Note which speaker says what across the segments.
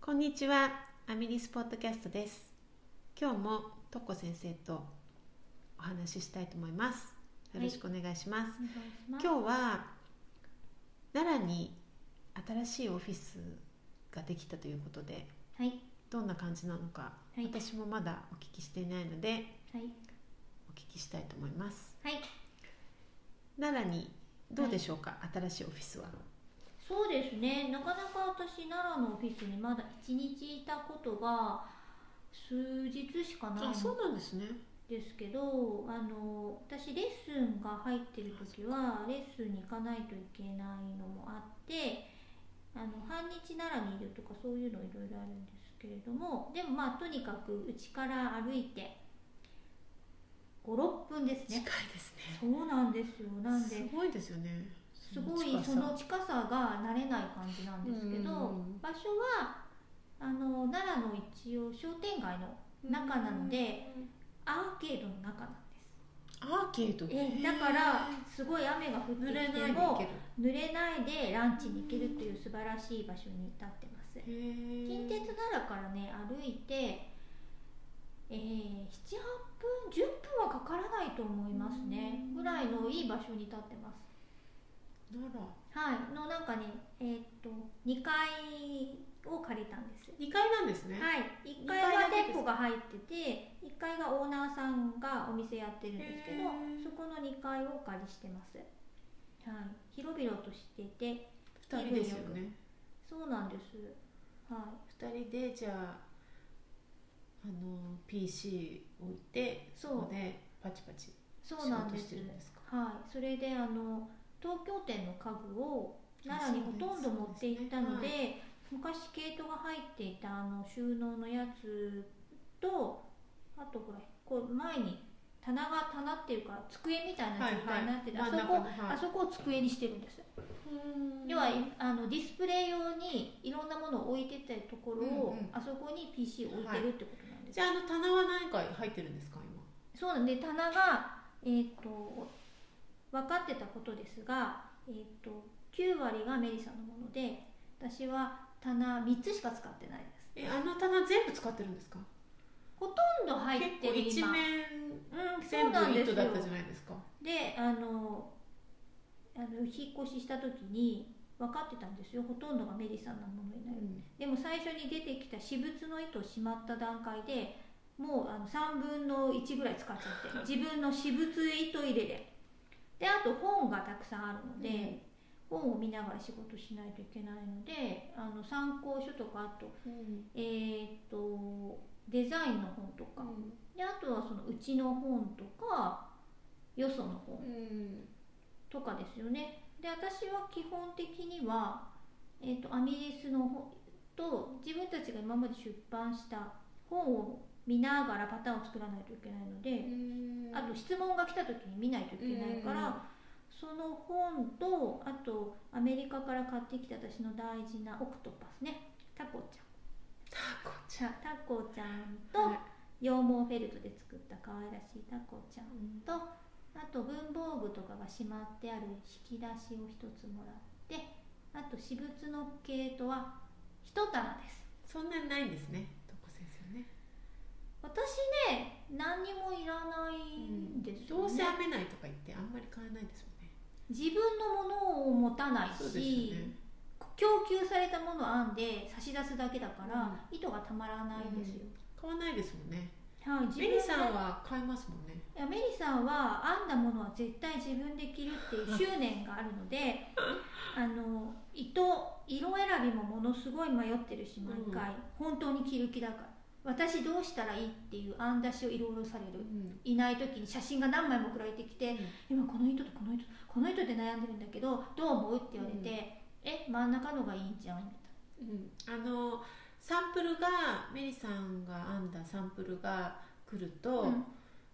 Speaker 1: こんにちは、アミリスポッドキャストです。今日もとっこ先生とお話ししたいと思います。よろしくお願いします。今
Speaker 2: 今
Speaker 1: 日は奈良に新しいオフィスができたということで、
Speaker 2: はい
Speaker 1: どんな感じなのか、
Speaker 2: はい
Speaker 1: 私もまだお聞きしていないので
Speaker 2: はい
Speaker 1: お聞きしたいと思います。
Speaker 2: はい
Speaker 1: 奈良にどうでしょうか、新しいオフィスは。
Speaker 2: そうですねなかなか私奈良のオフィスにまだ1日いたことが数日しかないん
Speaker 1: うなんですね。
Speaker 2: ですけどあの私レッスンが入ってる時はレッスンに行かないといけないのもあってあの半日奈良にいるとかそういうのいろいろあるんですけれどもでもまあとにかくうちから歩いて56分です
Speaker 1: 近い
Speaker 2: ね
Speaker 1: ですね。
Speaker 2: そうなんですよなんです
Speaker 1: ごいですよね。
Speaker 2: すごい
Speaker 1: 近さ
Speaker 2: その近さが慣れない感じなんですけ
Speaker 1: う
Speaker 2: ど、
Speaker 1: ん
Speaker 2: 場所はあの奈良の一応商店街の中なので、アーケードの中なんです
Speaker 1: アーケード
Speaker 2: えだからすごい雨が降って
Speaker 1: 濡れ
Speaker 2: き
Speaker 1: ない
Speaker 2: て
Speaker 1: でいけ
Speaker 2: も
Speaker 1: る
Speaker 2: 濡れないでランチに行けるという素晴らしい場所に立ってます近
Speaker 1: 近
Speaker 2: 鉄奈良からね歩いて、えー、78分10分はかからないと思いますね
Speaker 1: うん
Speaker 2: ぐらいのいい場所に立ってます
Speaker 1: なら
Speaker 2: はい、のなんかね、えーっと2階を借りたんです。
Speaker 1: 二階なんですね
Speaker 2: はい、1階
Speaker 1: 二階だけ
Speaker 2: は
Speaker 1: です
Speaker 2: 店舗が入ってて1階がオーナーさんがお店やってるんですけど
Speaker 1: へー
Speaker 2: そこの2階をお借りしてます、はい、広々としてて
Speaker 1: 二人ですよね
Speaker 2: そうなんです、は
Speaker 1: 二人でじゃああの PC 置いて
Speaker 2: そ
Speaker 1: そうこでパチパチ
Speaker 2: い、そうなんで
Speaker 1: 仕事し
Speaker 2: す
Speaker 1: てるんですか
Speaker 2: はい、それであの東京店の家具を奈良にほとんど持って行った
Speaker 1: そ
Speaker 2: ので
Speaker 1: うです
Speaker 2: 昔毛糸が入っていたあの収納のやつとあとほらこう前に棚が棚っていうか机みたいな状態になってて、
Speaker 1: はいはい
Speaker 2: あそこ、
Speaker 1: 真ん中のはい
Speaker 2: あそこを机にしてるんです、要はいあのディスプレイ用にいろんなものを置いてたところを、
Speaker 1: うんうん
Speaker 2: あそこに PC を置いてるってことなんです
Speaker 1: じゃああの棚は何か入ってるんですか今
Speaker 2: そうなんで棚が、えー、と分かってたことですが、えー、と9割がメリさんのもので私は棚3つしか使ってないで
Speaker 1: え
Speaker 2: す
Speaker 1: あの棚全部使ってるんですか
Speaker 2: ほとんど入ってる
Speaker 1: 結
Speaker 2: 今
Speaker 1: 構一面
Speaker 2: うん、そ
Speaker 1: 全
Speaker 2: う
Speaker 1: 部
Speaker 2: なんです
Speaker 1: 糸
Speaker 2: よ
Speaker 1: だったじゃないですか
Speaker 2: であのあの引っ越しした時に分かってたんですよほとんどがメリさんのものになる、
Speaker 1: うん
Speaker 2: でも最初に出てきた私物の糸をしまった段階でもうあの3分の1ぐらい使っち ゃって自分の私物糸入れでであと本がたくさんあるので、
Speaker 1: うん
Speaker 2: 本を見ながら仕事しないといけないのであの参考書とかあと,、えーっとデザインの本とか、であとはそのうちの本とかよその本
Speaker 1: うん
Speaker 2: とかですよねで私は基本的には、えー、とアミリスの本と自分たちが今まで出版した本を見ながらパターンを作らないといけないので、あと質問が来た時に見ないといけないから、
Speaker 1: うん
Speaker 2: その本とあとアメリカから買ってきた私の大事なオクトパスねタコち
Speaker 1: タコち
Speaker 2: ゃんタコちゃん
Speaker 1: ゃん
Speaker 2: と羊毛フェルトで作った可愛らしいタコちゃん
Speaker 1: うん
Speaker 2: とあと文房具とかがしまってある引き出しを一つもらってあと私物の系統は一棚です
Speaker 1: そんなにないんですね、とこ先生ね。
Speaker 2: 私ね何にもいらないんです
Speaker 1: ど
Speaker 2: よ
Speaker 1: うせ
Speaker 2: ね、
Speaker 1: 編めないとか言ってあんまり買えないですよね。
Speaker 2: 自分のものを持たない
Speaker 1: そうです
Speaker 2: し、
Speaker 1: よね。
Speaker 2: 供給されたものを編んで差し出すだけだから、糸がたまらないんですよ、
Speaker 1: 買わないですもんね。
Speaker 2: はい、自
Speaker 1: メリ
Speaker 2: 分で
Speaker 1: さんは買いますもんね。
Speaker 2: いやメリさんは編んだものは絶対自分で着るっていう執念があるので あの糸色選びもものすごい迷ってるし毎回、本当に着る気だから私どうしたらいいっていう編んだしをいろいろされ
Speaker 1: う
Speaker 2: る
Speaker 1: ん。
Speaker 2: いない時に写真が何枚も送られてきて、今この糸とこの糸とこの糸で悩んでるんだけどどう思うって言われて、
Speaker 1: うん
Speaker 2: え真ん中のがいいんじゃんみ
Speaker 1: うん。あのサンプルがメリさんが編んだサンプルが来ると、
Speaker 2: たいな、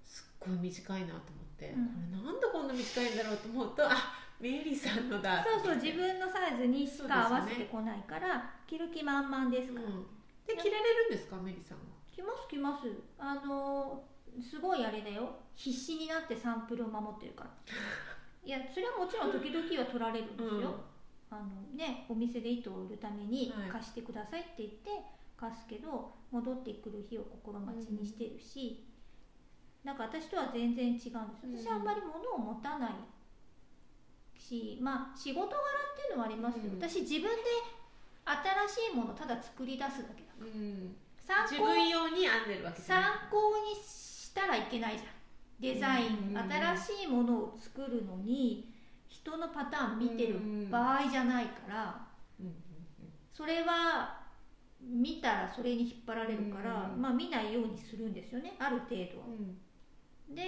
Speaker 1: すっごい短いなと思って、
Speaker 2: うん
Speaker 1: これなんでこんな短いんだろうと思うと、あ、メリさんのだ。
Speaker 2: そうそう自分のサイズにしか合わせてこないから、着る気満々です
Speaker 1: う
Speaker 2: から。
Speaker 1: ん。で着られるんですか、メリさんは。
Speaker 2: 来ます来ますあのすごいあれだよ必死になってサンプルを守って るからいやそれはもちろん時々は取られるんですよ、あのね、お店で糸を売るために
Speaker 1: はい
Speaker 2: 貸してくださいって言ってかすけど戻ってくる日を心待ちにしてるし、なんか私とは全然違うんです
Speaker 1: うん
Speaker 2: 私はあんまり物を持たないしまあ仕事柄っていうのはありますよ、
Speaker 1: うん
Speaker 2: 私自分で新しいものをただ作り出すだけだ
Speaker 1: うん、
Speaker 2: 参
Speaker 1: 自
Speaker 2: 考
Speaker 1: 分用に編んでるわけじゃ
Speaker 2: 参
Speaker 1: ない
Speaker 2: 考にしたらいけないじゃんデザイン、
Speaker 1: うん
Speaker 2: 新しいものを作るのに人のパターン見てる場合じゃないから、
Speaker 1: うんうん
Speaker 2: それは見たらそれに引っ張られるから、
Speaker 1: うん
Speaker 2: まあ見ないようにするんですよねある程度は
Speaker 1: う。ん
Speaker 2: で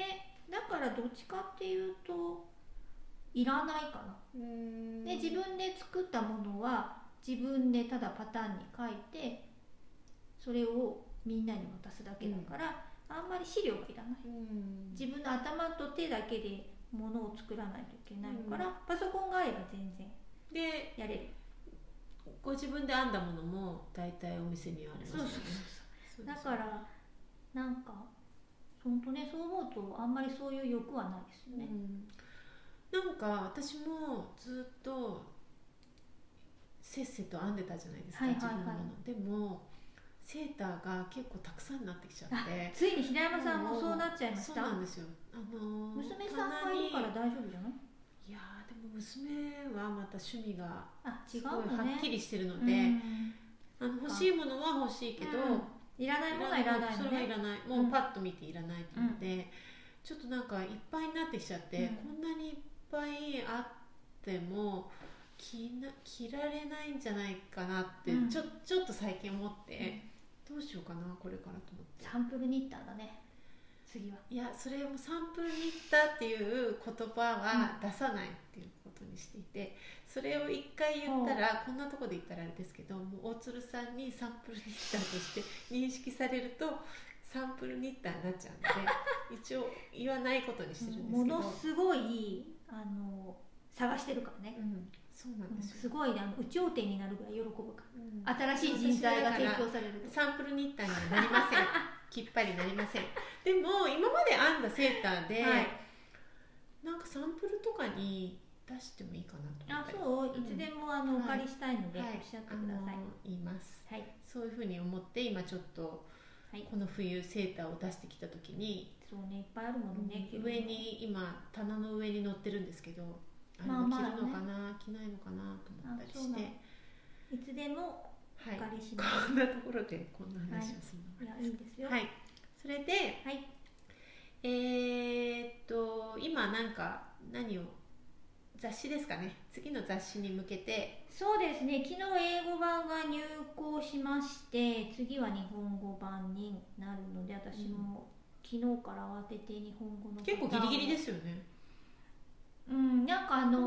Speaker 2: だからどっちかっていうといらないかな。
Speaker 1: うん
Speaker 2: で自分で作ったものは自分でただパターンに書いてそれをみんなに渡すだけだから、あんまり資料がいらない。
Speaker 1: うん
Speaker 2: 自分の頭と手だけでものを作らないといけないから、パソコンがあれば全然
Speaker 1: で
Speaker 2: やれる。
Speaker 1: ご自分で編んだものも大体お店にはあります
Speaker 2: そう
Speaker 1: よ
Speaker 2: そ
Speaker 1: ね
Speaker 2: うそうそう。
Speaker 1: そう
Speaker 2: だからなんか本当ねそう思うとあんまりそういう欲はないですよね。
Speaker 1: うん、なんか私もずっとせっせと編んでたじゃないですか、
Speaker 2: はいはいはい
Speaker 1: 自分のものでもセーターが結構たくさんになってきちゃって
Speaker 2: ついに平山さんもそうなっちゃいまし
Speaker 1: そう
Speaker 2: た。
Speaker 1: なんですよあのー
Speaker 2: 娘さんがいるから
Speaker 1: 棚に
Speaker 2: 大丈夫じゃない？
Speaker 1: いやーでも娘はまた趣味が
Speaker 2: あ
Speaker 1: す
Speaker 2: 違う
Speaker 1: ごい
Speaker 2: のね。
Speaker 1: はっきりしてるので、
Speaker 2: うん
Speaker 1: あの欲しいものは欲しいけど、
Speaker 2: うんいらないものはいらない
Speaker 1: そ
Speaker 2: の
Speaker 1: れはい
Speaker 2: ね。
Speaker 1: らないもうパッと見ていらないっていうので、ちょっとなんかいっぱいになってきちゃって、
Speaker 2: うん
Speaker 1: こんなにいっぱいあっても着な着られないんじゃないかなって、
Speaker 2: うん
Speaker 1: ちょちょっと最近思って、どうしようかなこれからと思って
Speaker 2: サンプルニッターだね。次は。
Speaker 1: いやそれもサンプルニッターっていう言葉は出さないっていうことにしていてそれを一回言ったらこんなとこで言ったらあれですけどもう大鶴さんにサンプルニッターとして認識されるとサンプルニッターになっちゃうので一応言わないことにしてるんです
Speaker 2: も
Speaker 1: けど、
Speaker 2: のすごいあの探してるからね
Speaker 1: う。ん、そうなん
Speaker 2: うん
Speaker 1: です
Speaker 2: す
Speaker 1: よ、
Speaker 2: ごいね、あの有頂天になるぐらい喜ぶか
Speaker 1: うん
Speaker 2: ら新しい人材が提供されると
Speaker 1: サンプルニッターにはなり ませんきっぱりなりませんでも今まで編んだセーターで、
Speaker 2: はい、
Speaker 1: なんかサンプルとかに出してもいいかなと思
Speaker 2: あ
Speaker 1: ったり
Speaker 2: そういつでもあの、
Speaker 1: はい
Speaker 2: お借りしたいので、
Speaker 1: はい
Speaker 2: おっしゃってください
Speaker 1: あの言います
Speaker 2: はい、
Speaker 1: そういうふうに思って今ちょっと
Speaker 2: はい、
Speaker 1: この冬セーターを出してきた時に、
Speaker 2: そうねいっぱいあるものね、着るもの
Speaker 1: 上に今棚の上に乗ってるんですけどあれ
Speaker 2: まあ
Speaker 1: も着
Speaker 2: まあ
Speaker 1: るのかな、着ないのかなと思ったり
Speaker 2: あそう
Speaker 1: し
Speaker 2: な
Speaker 1: て
Speaker 2: のいつでも
Speaker 1: は
Speaker 2: お
Speaker 1: い
Speaker 2: 借りします、
Speaker 1: こんなところでこんな話をす
Speaker 2: い、
Speaker 1: るの
Speaker 2: やいいですよ、
Speaker 1: はいい、それで
Speaker 2: はい
Speaker 1: えー、っと今なんか何を雑誌ですかね次の雑誌に向けて
Speaker 2: そうですね昨日英語版が入稿しまして次は日本語版になるので私も、昨日から慌てて日本語の
Speaker 1: 結構ギリギリですすよね
Speaker 2: うんなんかあのー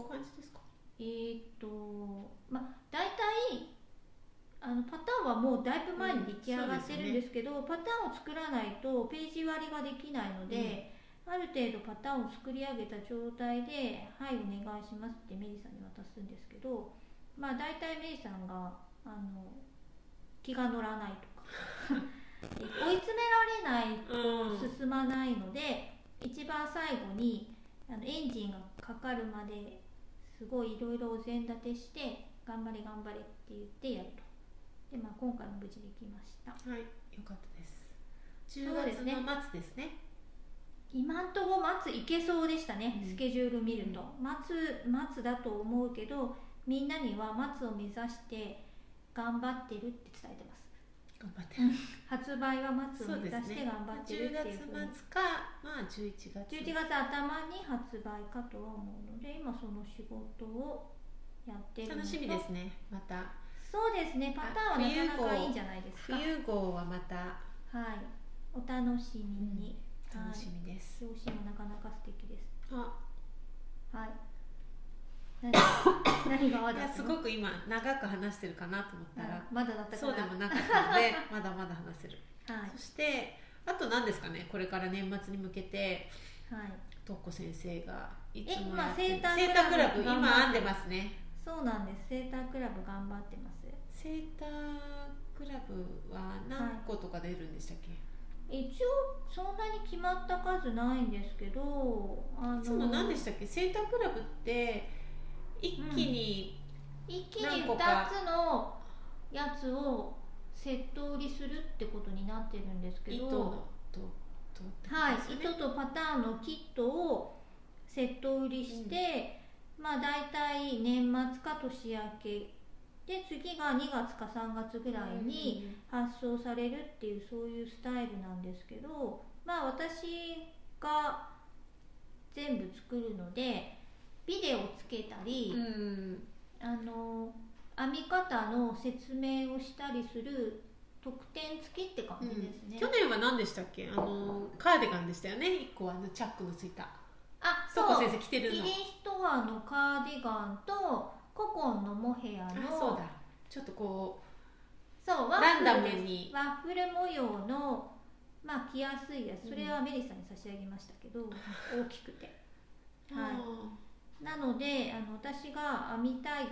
Speaker 1: こんな感じですか
Speaker 2: えーっとまあ大体あのパターンはもうだいぶ前に出来上がってるんですけど、パターンを作らないとページ割りができないので、ある程度パターンを作り上げた状態で「はいお願いします」ってメリーさんに渡すんですけどまあ大体メリーさんがあの気が乗らないとか追い詰められない
Speaker 1: うん
Speaker 2: 進まないので一番最後にあのエンジンがかかるまですごいいろいろお膳立てして頑張れ頑張れって言ってやるとで、まあ、今回も無事できました
Speaker 1: はい、よかったです。10
Speaker 2: そうで
Speaker 1: 月
Speaker 2: すね
Speaker 1: の末ですね。
Speaker 2: 今んとこ松いけそうでしたね、
Speaker 1: うん
Speaker 2: スケジュール見ると松松だと思うけどみんなには松を目指して頑張ってるって伝えてます
Speaker 1: 頑張って。
Speaker 2: 発売は松
Speaker 1: そ
Speaker 2: を
Speaker 1: う
Speaker 2: 目
Speaker 1: で
Speaker 2: 指
Speaker 1: す
Speaker 2: して
Speaker 1: ね
Speaker 2: 頑張。ってる
Speaker 1: 10
Speaker 2: っ
Speaker 1: 月
Speaker 2: てい
Speaker 1: 末
Speaker 2: うふう
Speaker 1: か、
Speaker 2: に
Speaker 1: まあ11月。
Speaker 2: 11月頭に発売かとは思うので今その仕事をやってるのと
Speaker 1: 楽しみですね。また
Speaker 2: そうですねパターンはなかなかいいんじゃないですかはい
Speaker 1: 冬号はまた
Speaker 2: お楽しみに、はい
Speaker 1: 楽しみです。
Speaker 2: 表紙もなかなか素敵です
Speaker 1: あ、
Speaker 2: はい何何がま
Speaker 1: い
Speaker 2: だ
Speaker 1: やすごく今長く話してるかなと思ったら、
Speaker 2: まだだったか
Speaker 1: そう
Speaker 2: ら
Speaker 1: でもなかったの で、まだまだ話せる。
Speaker 2: はい
Speaker 1: そしてあと何ですかね。これから年末に向けて、
Speaker 2: はい
Speaker 1: とっこ先生がい
Speaker 2: え
Speaker 1: つも
Speaker 2: 今
Speaker 1: やってる
Speaker 2: セーター
Speaker 1: セーターク
Speaker 2: ク
Speaker 1: ラ
Speaker 2: ラ
Speaker 1: ブ
Speaker 2: ブ
Speaker 1: 今編んでますね。
Speaker 2: そうなんですセータークラブ頑張ってます
Speaker 1: セータークラブは何個とか出るんでしたっけ、
Speaker 2: 一応そんなに決まった数ないんですけどあの
Speaker 1: い、つも何でしたっけセータークラブって一気に、
Speaker 2: 一気
Speaker 1: 何
Speaker 2: に
Speaker 1: 個
Speaker 2: 2
Speaker 1: か
Speaker 2: つのやつをセット売りするってことになってるんですけど
Speaker 1: 糸のととと
Speaker 2: はい、
Speaker 1: です
Speaker 2: 糸
Speaker 1: よね
Speaker 2: とパターンのキットをセット売りして、まあ大体年末か年明けで次が2月か3月ぐらいに発送されるっていうそういうスタイルなんですけどまあ私が全部作るのでビデオつけたり、
Speaker 1: うんうん
Speaker 2: あの編み方の説明をしたりする特典付きって感
Speaker 1: う
Speaker 2: じ
Speaker 1: ん
Speaker 2: ですね。
Speaker 1: 去年は何でしたっけあのカーディガンでしたよね一個あのチャックのついた
Speaker 2: あ
Speaker 1: そこ先生着て
Speaker 2: キ
Speaker 1: る
Speaker 2: リ
Speaker 1: の
Speaker 2: ンストアのカーディガンとココンのモヘア
Speaker 1: あ
Speaker 2: の
Speaker 1: そうだちょっとこ
Speaker 2: そう
Speaker 1: う
Speaker 2: ワ
Speaker 1: ランダ
Speaker 2: ッ
Speaker 1: ム
Speaker 2: フルです
Speaker 1: に
Speaker 2: ワッフル模様のまあ着やすいやつそれは
Speaker 1: う
Speaker 2: メリさんに差し上げました けど、大きくてはい
Speaker 1: は
Speaker 2: なのであの私が編みたい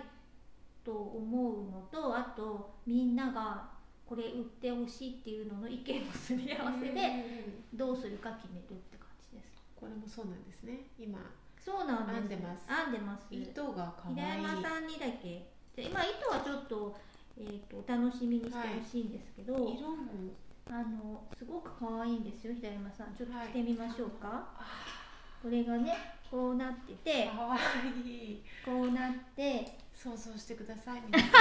Speaker 2: と思うのとあとみんながこれ売ってほしいっていうのの意見をすり合わせでどうするか決めるって感じです
Speaker 1: これもそうなんですね今
Speaker 2: そうなんです
Speaker 1: 編んでます
Speaker 2: 編んでます
Speaker 1: 糸が可
Speaker 2: 平
Speaker 1: 愛い
Speaker 2: 山さんにだけで今糸はちょっと,、えー、とお楽しみにしてほしいんですけど、
Speaker 1: 色も
Speaker 2: あのすごく可愛いんですよ平山さんちょっと
Speaker 1: はい
Speaker 2: 着てみましょうか、
Speaker 1: あ
Speaker 2: これがねこうなってて
Speaker 1: 可愛い
Speaker 2: こうなって
Speaker 1: 想像してくださ い皆さん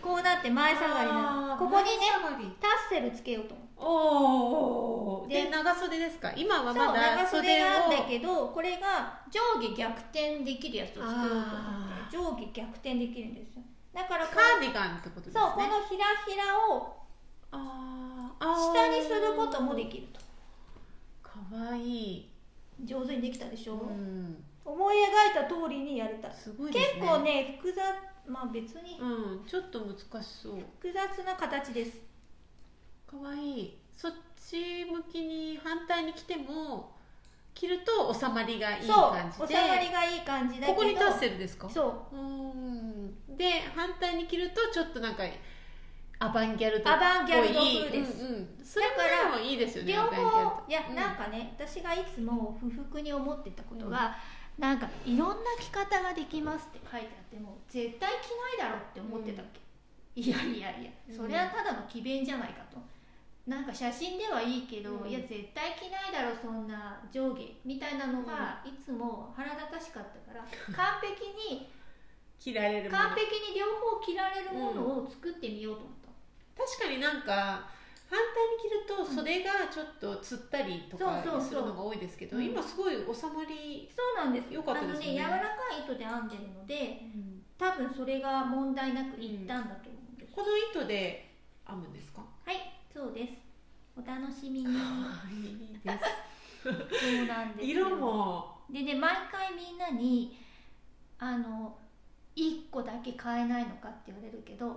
Speaker 2: こうなって前下がりな
Speaker 1: あー
Speaker 2: のここにね
Speaker 1: 前下がり
Speaker 2: タッセルつけようと思って
Speaker 1: おお
Speaker 2: で
Speaker 1: で長袖ですか今はま
Speaker 2: そう長
Speaker 1: だ
Speaker 2: 袖
Speaker 1: 袖を
Speaker 2: なんだけどこれが上下逆転できるやつを作ろう
Speaker 1: あ
Speaker 2: と思って上下逆転できるんですよだからこ
Speaker 1: カ
Speaker 2: の
Speaker 1: ーディガンってことですね
Speaker 2: そうこのひらひらを
Speaker 1: あーあー
Speaker 2: 下にすることもできると
Speaker 1: かわいい、
Speaker 2: 上手にできたでし
Speaker 1: う
Speaker 2: ょ、
Speaker 1: ん、
Speaker 2: 思い描いた通りにやれた、
Speaker 1: すごいですね
Speaker 2: 結構ね複雑まあ別に
Speaker 1: うん、ちょっと難しそう
Speaker 2: 複雑な形です
Speaker 1: かわいいそっち向きに反対に来ても着ると収まりがいい感
Speaker 2: そ
Speaker 1: じ
Speaker 2: う収
Speaker 1: で
Speaker 2: まりがいい感じだけど
Speaker 1: ここにタッセルですか
Speaker 2: そう
Speaker 1: うーんで反対に着るとちょっとなんかアバンギャルドっぽい
Speaker 2: アバンギャルド風で
Speaker 1: う
Speaker 2: す
Speaker 1: んうん、それぐらいもいいですよね
Speaker 2: 両
Speaker 1: アバンギャル
Speaker 2: 方
Speaker 1: ド
Speaker 2: いや、
Speaker 1: うん
Speaker 2: なんかね私がいつも不服に思ってたことが、なんかいろんな着方ができますって書いてあっても絶対着ないだろうって思ってたわけ、いやいやいや
Speaker 1: うん
Speaker 2: それはただの詭弁じゃないかと。なんか写真ではいいけど、
Speaker 1: うん
Speaker 2: いや絶対着ないだろうそんな上下みたいなのが、いつも腹立たしかったから完璧 に
Speaker 1: 着られるもの
Speaker 2: 完璧に両方着られるものを作ってみようと思った、
Speaker 1: 確かになんか反対に着ると袖がちょっとつったりとか
Speaker 2: そうそうそう
Speaker 1: するのが多いですけど、
Speaker 2: うん
Speaker 1: 今すごい収まり、
Speaker 2: そうなんです
Speaker 1: よかったですよね
Speaker 2: あのね柔らかい糸で編んでるので、多分それが問題なくいったんだと思うんです、
Speaker 1: この糸で編むんですか
Speaker 2: はいそうですお楽しみに
Speaker 1: いいで
Speaker 2: そうなんです
Speaker 1: す
Speaker 2: よ
Speaker 1: 色も
Speaker 2: でね毎回みんなにあの1個だけ買えないのかって言われるけど、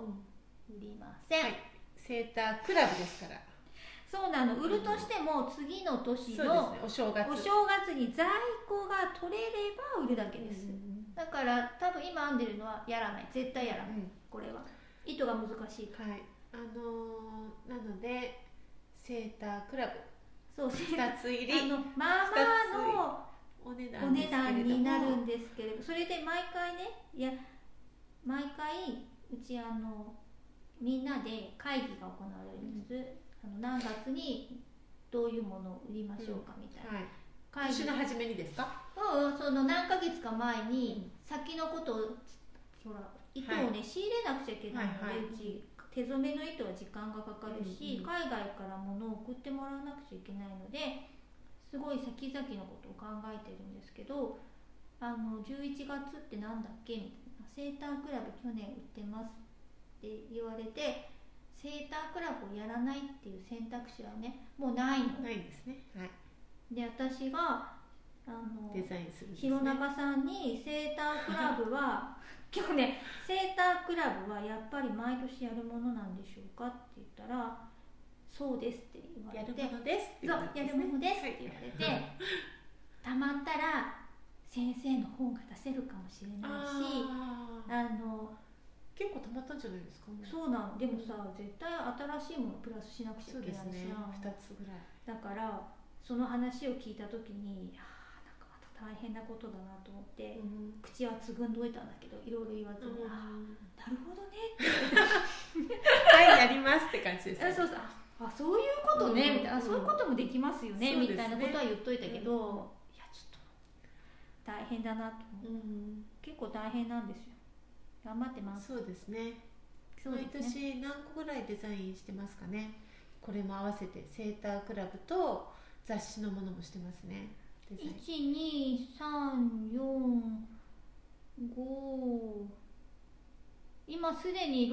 Speaker 2: 売りません、
Speaker 1: はいセータークラブですから
Speaker 2: そうなの売るとしても次の
Speaker 1: そう
Speaker 2: 年
Speaker 1: ですね
Speaker 2: の
Speaker 1: お正月
Speaker 2: お正月に在庫が取れれば売るだけです、
Speaker 1: うん
Speaker 2: だから多分今編んでるのはやらない絶対やらない、
Speaker 1: うん
Speaker 2: これは糸が難しいから
Speaker 1: はいあのーなのでセータークラブ
Speaker 2: そうですね
Speaker 1: 2つ入り
Speaker 2: あのまあまあの
Speaker 1: お値
Speaker 2: お
Speaker 1: 段で
Speaker 2: 値
Speaker 1: すけれども
Speaker 2: 段になるんですけれどそれで毎回ねいや毎回うちあのみんなで会議が行われるんです、あの何月にどういうものを売りましょうかみたいな、
Speaker 1: はい
Speaker 2: 会
Speaker 1: 年
Speaker 2: 議
Speaker 1: の初めにですか
Speaker 2: うんうんその何ヶ月か前に先のことをほら糸をね、仕入れなくちゃいけないので、
Speaker 1: はいはいう
Speaker 2: ち手染めの糸は時間がかかるし、
Speaker 1: うんうん
Speaker 2: 海外から物を送ってもらわなくちゃいけないのですごい先々のことを考えてるんですけどあの11月ってなんだっけみたいな「セータークラブ去年売ってます」って言われてセータークラブをやらないっていう選択肢はねもうないの。
Speaker 1: ないんですねはい
Speaker 2: で私があの
Speaker 1: デザインするんですね
Speaker 2: 弘中さんにセータークラブは 今日ねセータークラブはやっぱり毎年やるものなんでしょうかって言ったらそうですって言わ
Speaker 1: や
Speaker 2: れ
Speaker 1: る
Speaker 2: て
Speaker 1: ものですって
Speaker 2: そう
Speaker 1: こと
Speaker 2: や
Speaker 1: です
Speaker 2: る
Speaker 1: ね
Speaker 2: ものですって言われて、
Speaker 1: はい
Speaker 2: たまったら先生の本が出せるかもしれないし
Speaker 1: あー
Speaker 2: あの
Speaker 1: 結構たまったんじゃないですか
Speaker 2: そうなんでもさ絶対新しいものプラスしなくちゃ
Speaker 1: そう
Speaker 2: いけ
Speaker 1: で
Speaker 2: ない
Speaker 1: す
Speaker 2: し
Speaker 1: ね
Speaker 2: な
Speaker 1: 二つぐらい
Speaker 2: だからその話を聞いた時にあーなんか大変なことだなと思って、
Speaker 1: うん
Speaker 2: 口はつぐんどいたんだけどいろいろ言わずに、あ
Speaker 1: は
Speaker 2: なるほどね
Speaker 1: いやりますって感じです
Speaker 2: あそうそうああそういうことね、
Speaker 1: うん
Speaker 2: みたいなそういうこともできますよね、
Speaker 1: そうで
Speaker 2: み
Speaker 1: すね
Speaker 2: たいなことは言っといたけど、
Speaker 1: う
Speaker 2: いやちょっと大変だなと思う、
Speaker 1: うん
Speaker 2: 結構大変なんですよ頑張ってます
Speaker 1: そうですね
Speaker 2: そう
Speaker 1: 毎
Speaker 2: ですね
Speaker 1: 年何個ぐらいデザインしてますかねこれも合わせてセータークラブと雑誌のものもしてますねデザイン
Speaker 2: 12345今すでに678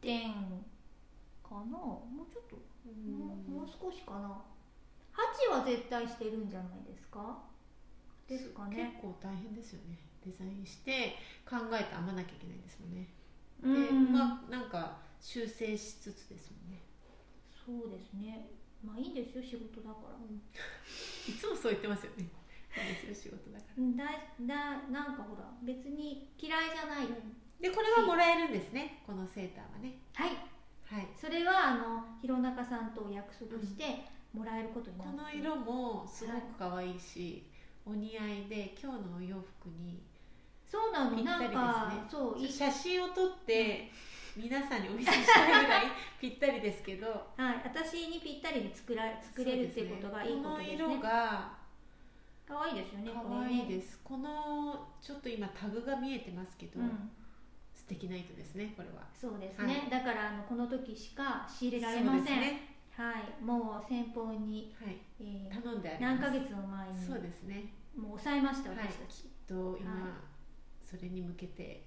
Speaker 2: 点かなもうちょっともうもう少しかな8は絶対してるんじゃないですかですか
Speaker 1: 結
Speaker 2: ね
Speaker 1: 構大変ですよねデザインして考えて編まなきゃいけないですもんね
Speaker 2: う
Speaker 1: で
Speaker 2: ん
Speaker 1: まあなんか修正しつつですもんね
Speaker 2: そうですねまあいいんですよ仕事だから
Speaker 1: いつもそう言ってますよねそうですよ仕事だか
Speaker 2: だだなんかほら別に嫌いじゃない、
Speaker 1: ら、でこれはもらえるんですねこのセーターはね
Speaker 2: はい
Speaker 1: はい
Speaker 2: それはあの弘中さんとお約束してもらえることにな
Speaker 1: こ
Speaker 2: って
Speaker 1: の色もすごく可愛いし、お似合いで今日のお洋服に
Speaker 2: そうなの、
Speaker 1: ぴった
Speaker 2: な
Speaker 1: り
Speaker 2: ん
Speaker 1: ですね
Speaker 2: かそういい
Speaker 1: 写真を撮って皆さんにお見せしたい ぐらいぴったりですけど
Speaker 2: はい私にぴったりに作ら作れるっていうことがいいこ
Speaker 1: この
Speaker 2: とですね
Speaker 1: 色が
Speaker 2: 可愛いですよねこ
Speaker 1: 可
Speaker 2: れ
Speaker 1: 愛い
Speaker 2: ね
Speaker 1: です、このちょっと今タグが見えてますけど、
Speaker 2: うん
Speaker 1: 素敵な糸ですねこれは
Speaker 2: そうですね、だからあのこの時しか仕入れられま
Speaker 1: そう
Speaker 2: せ
Speaker 1: です
Speaker 2: ん、
Speaker 1: ね
Speaker 2: はいもう先方に、
Speaker 1: はい
Speaker 2: えー
Speaker 1: 頼んでありま
Speaker 2: 何
Speaker 1: す
Speaker 2: ヶ月も前に
Speaker 1: そうですね
Speaker 2: もう抑えました
Speaker 1: はい
Speaker 2: 私たち、
Speaker 1: と今、
Speaker 2: はい
Speaker 1: それに向けて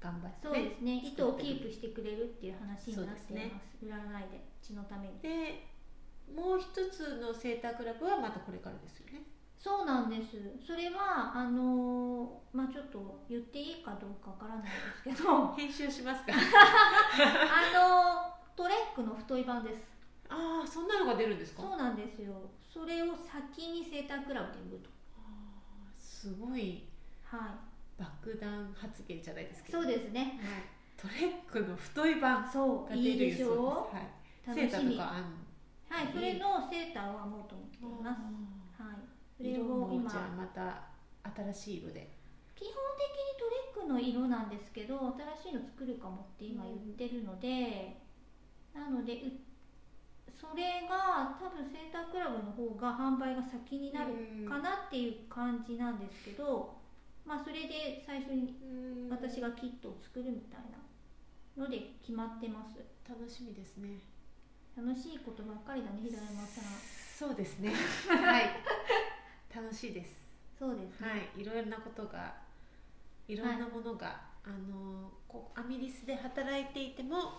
Speaker 1: 頑張って
Speaker 2: そうですね
Speaker 1: ね
Speaker 2: 糸をキープしてくれるっていう話になっています
Speaker 1: そうですね
Speaker 2: 占いで血のために
Speaker 1: でもう一つのセータークラブはまたこれからですよね
Speaker 2: そうなんですそれはあのーまあちょっと言っていいかどうかわからないですけ どあ
Speaker 1: 編集します か
Speaker 2: のートレックの太い版です
Speaker 1: ああそんなのが出るんですか
Speaker 2: そうなんですよそれを先にセータークラブで売ると
Speaker 1: あーすごい
Speaker 2: は
Speaker 1: 爆弾発言じゃないです
Speaker 2: い
Speaker 1: けど
Speaker 2: そうですね
Speaker 1: はい、トレックの太い版
Speaker 2: そ
Speaker 1: が
Speaker 2: う
Speaker 1: 出
Speaker 2: いい
Speaker 1: る
Speaker 2: でしょ
Speaker 1: そうです
Speaker 2: う楽
Speaker 1: はい、セータ
Speaker 2: し
Speaker 1: ー
Speaker 2: み
Speaker 1: とか
Speaker 2: は
Speaker 1: あん
Speaker 2: いそれのセーターを編もうと思っていますはいそれ
Speaker 1: 色
Speaker 2: を
Speaker 1: も
Speaker 2: 今
Speaker 1: じゃあまた新しい色で
Speaker 2: 基本的にトレックの色なんですけど新しいの作るかもって今言ってるので、なのでうそれが多分セータークラブの方が販売が先になるかなっていう感じなんですけど、まあそれで最初に
Speaker 1: うん
Speaker 2: 私がキットを作るみたいなので決まってます
Speaker 1: 楽しみですね
Speaker 2: 楽しいことばっかりだね平山さん
Speaker 1: そうですね はい楽しいです
Speaker 2: そうですね、
Speaker 1: はいいろんなことがいろんなものが、あのこうアミリスで働いていても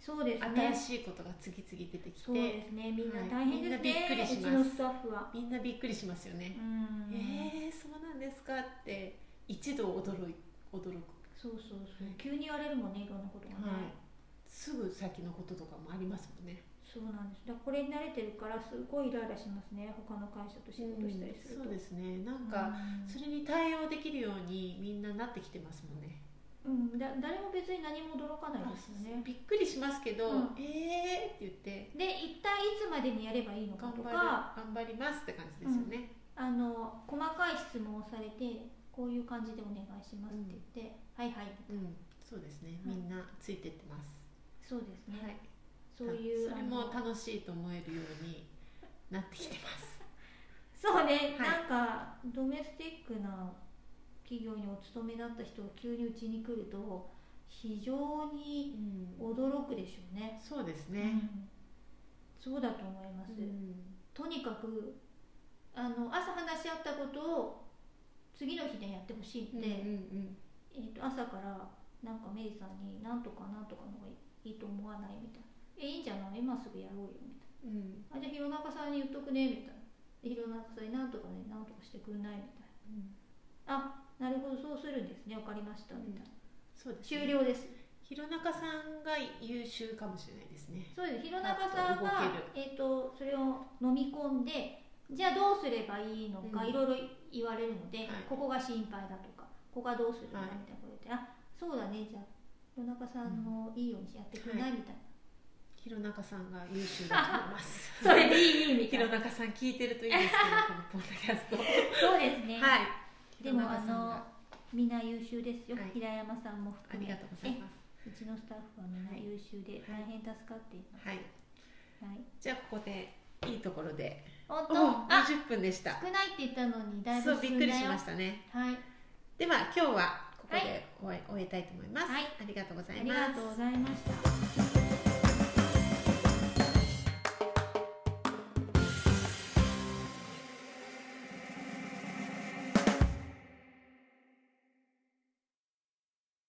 Speaker 2: そうですね
Speaker 1: 新しいことが次々出てきて、
Speaker 2: そうですねみんな
Speaker 1: はい
Speaker 2: 大変ですね、
Speaker 1: みんなびっくりします
Speaker 2: うちのスタッフは
Speaker 1: みんなびっくりしますよね
Speaker 2: う、ん
Speaker 1: えー、そうなんですかって一度驚い驚く、
Speaker 2: そうそうそう、
Speaker 1: はい
Speaker 2: 急に言われるもんねいろんなことがね、
Speaker 1: はい、すぐ先のこととかもありますもんね
Speaker 2: そうなんですだからこれに慣れてるからすごいイライラしますね他の会社と仕事したりすると、
Speaker 1: そうですねなん
Speaker 2: う
Speaker 1: か、
Speaker 2: ん
Speaker 1: それに対応できるようにみんななってきてますもんね
Speaker 2: うん、だ誰も別に何も驚かないですよね
Speaker 1: びっくりしますけど、
Speaker 2: うん
Speaker 1: えーって言って
Speaker 2: で一体いつまでにやればいいのか
Speaker 1: 頑張
Speaker 2: と
Speaker 1: る
Speaker 2: か
Speaker 1: 頑張りますって感じですよね、
Speaker 2: あの細かい質問をされてこういう感じでお願いしますって言って、はいはい
Speaker 1: うん、そうですね。
Speaker 2: は
Speaker 1: み
Speaker 2: い
Speaker 1: んなついてってます。
Speaker 2: そうですね、
Speaker 1: い。
Speaker 2: そういう
Speaker 1: それ
Speaker 2: あ
Speaker 1: も
Speaker 2: の
Speaker 1: 楽しいと思えるようになってきてます。
Speaker 2: そうね、
Speaker 1: はい
Speaker 2: なんかドメスティックな企業にお勤めだった人が急にうちに来ると非常
Speaker 1: う
Speaker 2: に
Speaker 1: ん、
Speaker 2: 驚くでしょうね
Speaker 1: そうです
Speaker 2: う
Speaker 1: ね。
Speaker 2: んそうだと思います、
Speaker 1: うん
Speaker 2: とにかくあの朝話し合ったことを次の日でやってほしいんで、
Speaker 1: うんうん
Speaker 2: えー、と朝からなんかメイさんに「なんとかなんとかの方がいいと思わない」みたいな「えいいんじゃない今すぐやろうよ」みた
Speaker 1: うん
Speaker 2: い
Speaker 1: うん
Speaker 2: な「あじゃあ弘中さんに言っとくね」みたいな「で弘中さんになんとかねなんとかしてくんない」みたいな
Speaker 1: うん
Speaker 2: 「あなるほどそうするんですねわかりました」みたいな、
Speaker 1: そうです、ね。
Speaker 2: 終。了です
Speaker 1: 弘中さんが優秀かもしれないですね。
Speaker 2: そうです弘中さん
Speaker 1: あ
Speaker 2: が
Speaker 1: 動
Speaker 2: えー、とそれを飲み込んでじゃあどうすればいいのか、
Speaker 1: うん
Speaker 2: いろいろ言われるので、
Speaker 1: い
Speaker 2: ここが心配だとかここがどうするんだ
Speaker 1: はい
Speaker 2: みたいなこと言って、あそうだねじゃあ弘中さんのいいようにやってくれない、みたいな
Speaker 1: 弘中さんが優秀だと思います
Speaker 2: それでいい意味
Speaker 1: 弘中さん聞いてるといいですけどこのポッドキャ ストは
Speaker 2: そうですね、
Speaker 1: い
Speaker 2: でも
Speaker 1: 弘中さんが
Speaker 2: あみんな優秀ですよ、
Speaker 1: はい
Speaker 2: 平山さんも
Speaker 1: あ
Speaker 2: 含
Speaker 1: り
Speaker 2: め
Speaker 1: がとうございま
Speaker 2: えうちのスタッフはみんな優秀で、
Speaker 1: はい
Speaker 2: 大変助かっています
Speaker 1: すはい
Speaker 2: はい、
Speaker 1: じゃあここでいいところで
Speaker 2: おっと
Speaker 1: おお
Speaker 2: あ
Speaker 1: 20分でした
Speaker 2: 少ないって言ったのにだい
Speaker 1: そ
Speaker 2: ぶ少
Speaker 1: うびっくりしましたね
Speaker 2: たはい
Speaker 1: では今日はここで終え,、終えたいと思います、
Speaker 2: はい
Speaker 1: ありがとうござ
Speaker 2: あ
Speaker 1: い
Speaker 2: り
Speaker 1: ま
Speaker 2: が
Speaker 1: す
Speaker 2: とうございました